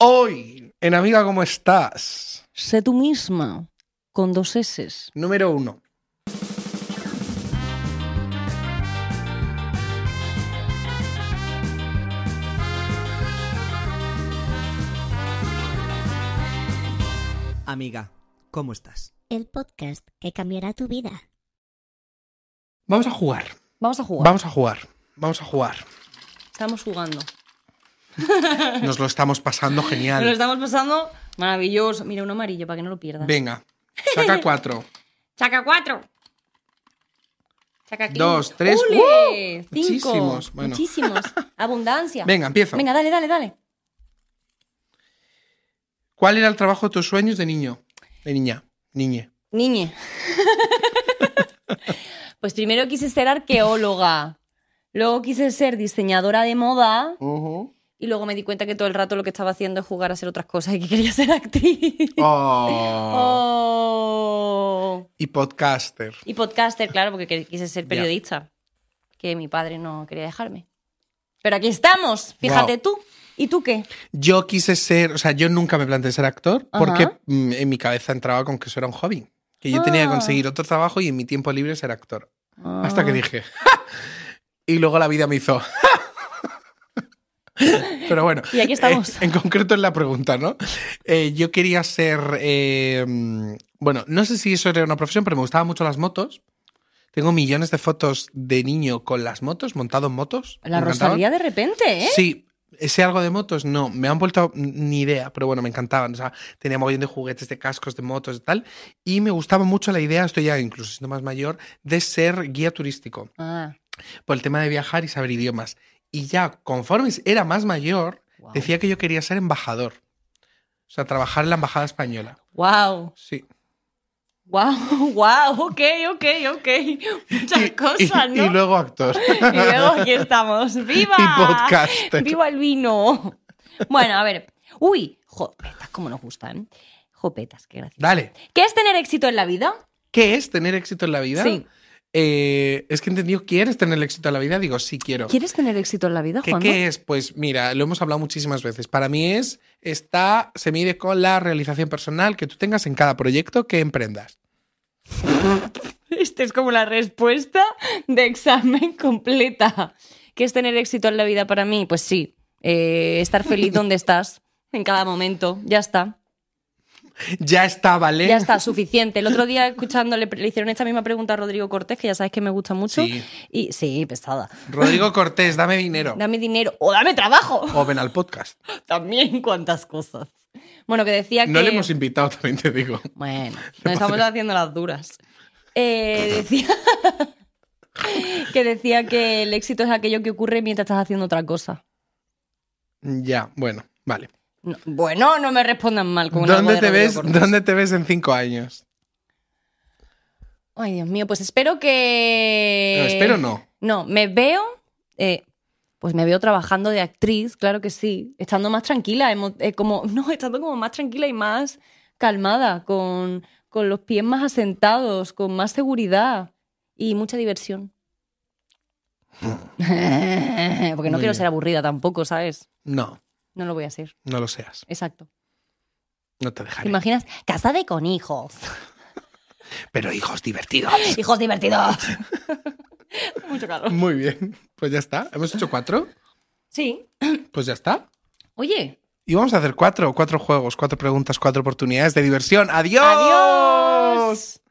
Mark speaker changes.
Speaker 1: Hoy, en Amiga, ¿cómo estás?
Speaker 2: Sé tú misma, con dos S.
Speaker 1: Número uno.
Speaker 3: Amiga, ¿cómo estás?
Speaker 4: El podcast que cambiará tu vida.
Speaker 1: Vamos a jugar.
Speaker 2: Vamos a jugar.
Speaker 1: Vamos a jugar. Vamos a jugar.
Speaker 2: Estamos jugando.
Speaker 1: Nos lo estamos pasando
Speaker 2: Nos lo
Speaker 1: genial.
Speaker 2: estamos pasando maravilloso. Mira, un amarillo para que no lo pierdas.
Speaker 1: Venga, saca cuatro.
Speaker 2: Chaca cuatro. Chaca quince.
Speaker 1: Dos, tres,
Speaker 2: ¡Ule!
Speaker 1: ¡uh!
Speaker 2: Cinco.
Speaker 1: Muchísimos, bueno.
Speaker 2: Muchísimos. Abundancia.
Speaker 1: Venga, empieza.
Speaker 2: Venga, dale, dale, dale.
Speaker 1: ¿Cuál era el trabajo de tus sueños de niño? De niña. Niñe.
Speaker 2: Niñe. pues primero quise ser arqueóloga. Luego quise ser diseñadora de moda. Y luego me di cuenta que todo el rato lo que estaba haciendo es jugar a hacer otras cosas y que quería ser actriz.
Speaker 1: Oh.
Speaker 2: Oh.
Speaker 1: Y podcaster.
Speaker 2: Y podcaster, claro, porque que- quise ser periodista. Que mi padre no quería dejarme. Pero aquí estamos, fíjate
Speaker 1: Wow.
Speaker 2: tú. ¿Y tú qué?
Speaker 1: Yo quise ser, o sea, yo nunca me planteé ser actor porque
Speaker 2: Ajá.
Speaker 1: mm, en mi cabeza entraba con que eso era un hobby. Que yo tenía que
Speaker 2: Ah.
Speaker 1: conseguir otro trabajo y en mi tiempo libre ser actor. Hasta que dije. "Ja". y luego la vida me hizo. Pero bueno.
Speaker 2: Y aquí estamos.
Speaker 1: eh, en concreto en la pregunta, ¿no? Eh, yo quería ser. eh, bueno, no sé si eso era una profesión, pero me gustaban mucho las motos. Tengo millones de fotos de niño con las motos, montado en motos.
Speaker 2: La
Speaker 1: Me encantaban.
Speaker 2: Rosalía de repente, ¿eh?
Speaker 1: Sí. ¿Sé algo de motos? No, me han vuelto ni idea, pero bueno, me encantaban. O sea, tenía mogollón de juguetes, de cascos, de motos y tal. Y me gustaba mucho la idea, estoy ya incluso siendo más mayor, de ser guía turístico
Speaker 2: Ah,
Speaker 1: por el tema de viajar y saber idiomas. Y ya, conforme era más mayor,
Speaker 2: wow.
Speaker 1: decía que yo quería ser embajador. O sea, trabajar en la embajada española.
Speaker 2: Wow,
Speaker 1: Sí.
Speaker 2: wow, wow, ok, ok, ok. Muchas
Speaker 1: Y-
Speaker 2: cosas,
Speaker 1: y-
Speaker 2: ¿no?
Speaker 1: y luego actor.
Speaker 2: Y luego aquí estamos. ¡Viva!
Speaker 1: Y podcaster.
Speaker 2: ¡Viva el vino! Bueno, a ver. Uy, jopetas, cómo nos gustan. Jopetas, qué gracioso.
Speaker 1: Dale.
Speaker 2: ¿Qué es tener éxito en la vida?
Speaker 1: ¿Qué es tener éxito en la vida?
Speaker 2: Sí.
Speaker 1: Eh, es que he entendido, ¿quieres tener éxito en la vida? Digo, sí quiero.
Speaker 2: ¿Quieres tener éxito en la vida,
Speaker 1: ¿Qué,
Speaker 2: Juan?
Speaker 1: qué es? Pues mira, lo hemos hablado muchísimas veces. Para mí es, está, se mide con la realización personal que tú tengas en cada proyecto que emprendas.
Speaker 2: Esta es como la respuesta de examen completa. ¿Qué es tener éxito en la vida para mí? Pues sí, eh, estar feliz donde estás, en cada momento. Ya está.
Speaker 1: Ya está, ¿vale?
Speaker 2: Ya está, suficiente. El otro día escuchándole, le hicieron esta misma pregunta a Rodrigo Cortés, que ya sabes que me gusta mucho.
Speaker 1: Sí.
Speaker 2: Y sí, pesada.
Speaker 1: Rodrigo Cortés, dame dinero.
Speaker 2: Dame dinero o dame trabajo.
Speaker 1: O ven al podcast.
Speaker 2: También cuántas cosas. Bueno, que decía
Speaker 1: No
Speaker 2: que...
Speaker 1: le hemos invitado, también te digo.
Speaker 2: Bueno, nos estamos haciendo las duras. Eh, decía que decía que el éxito es aquello que ocurre mientras estás haciendo otra cosa.
Speaker 1: Ya, bueno, vale.
Speaker 2: No- bueno, no me respondan mal con algo
Speaker 1: ¿Dónde
Speaker 2: de
Speaker 1: te,
Speaker 2: Rodrigo
Speaker 1: ves,
Speaker 2: Cortés.
Speaker 1: ¿Dónde te ves en cinco años?
Speaker 2: Ay, Dios mío, pues espero que.
Speaker 1: No, espero no.
Speaker 2: No, me veo. eh, pues me veo trabajando de actriz, claro que sí. Estando más tranquila, emo- eh, como. No, estando como más tranquila y más calmada, con, con los pies más asentados, con más seguridad y mucha diversión. Porque no quiero
Speaker 1: bien.
Speaker 2: ser aburrida tampoco, ¿sabes?
Speaker 1: No,
Speaker 2: No lo voy a ser.
Speaker 1: no lo seas.
Speaker 2: Exacto.
Speaker 1: No te
Speaker 2: ¿Te
Speaker 1: dejaré.
Speaker 2: imaginas? Casada y con hijos.
Speaker 1: Pero hijos divertidos.
Speaker 2: Hijos divertidos. Mucho calor.
Speaker 1: Muy bien. Pues ya está. Hemos hecho cuatro.
Speaker 2: Sí.
Speaker 1: Pues ya está.
Speaker 2: Oye,
Speaker 1: Y vamos a hacer cuatro, cuatro juegos, cuatro preguntas, cuatro oportunidades de diversión. ¡Adiós!
Speaker 2: adiós.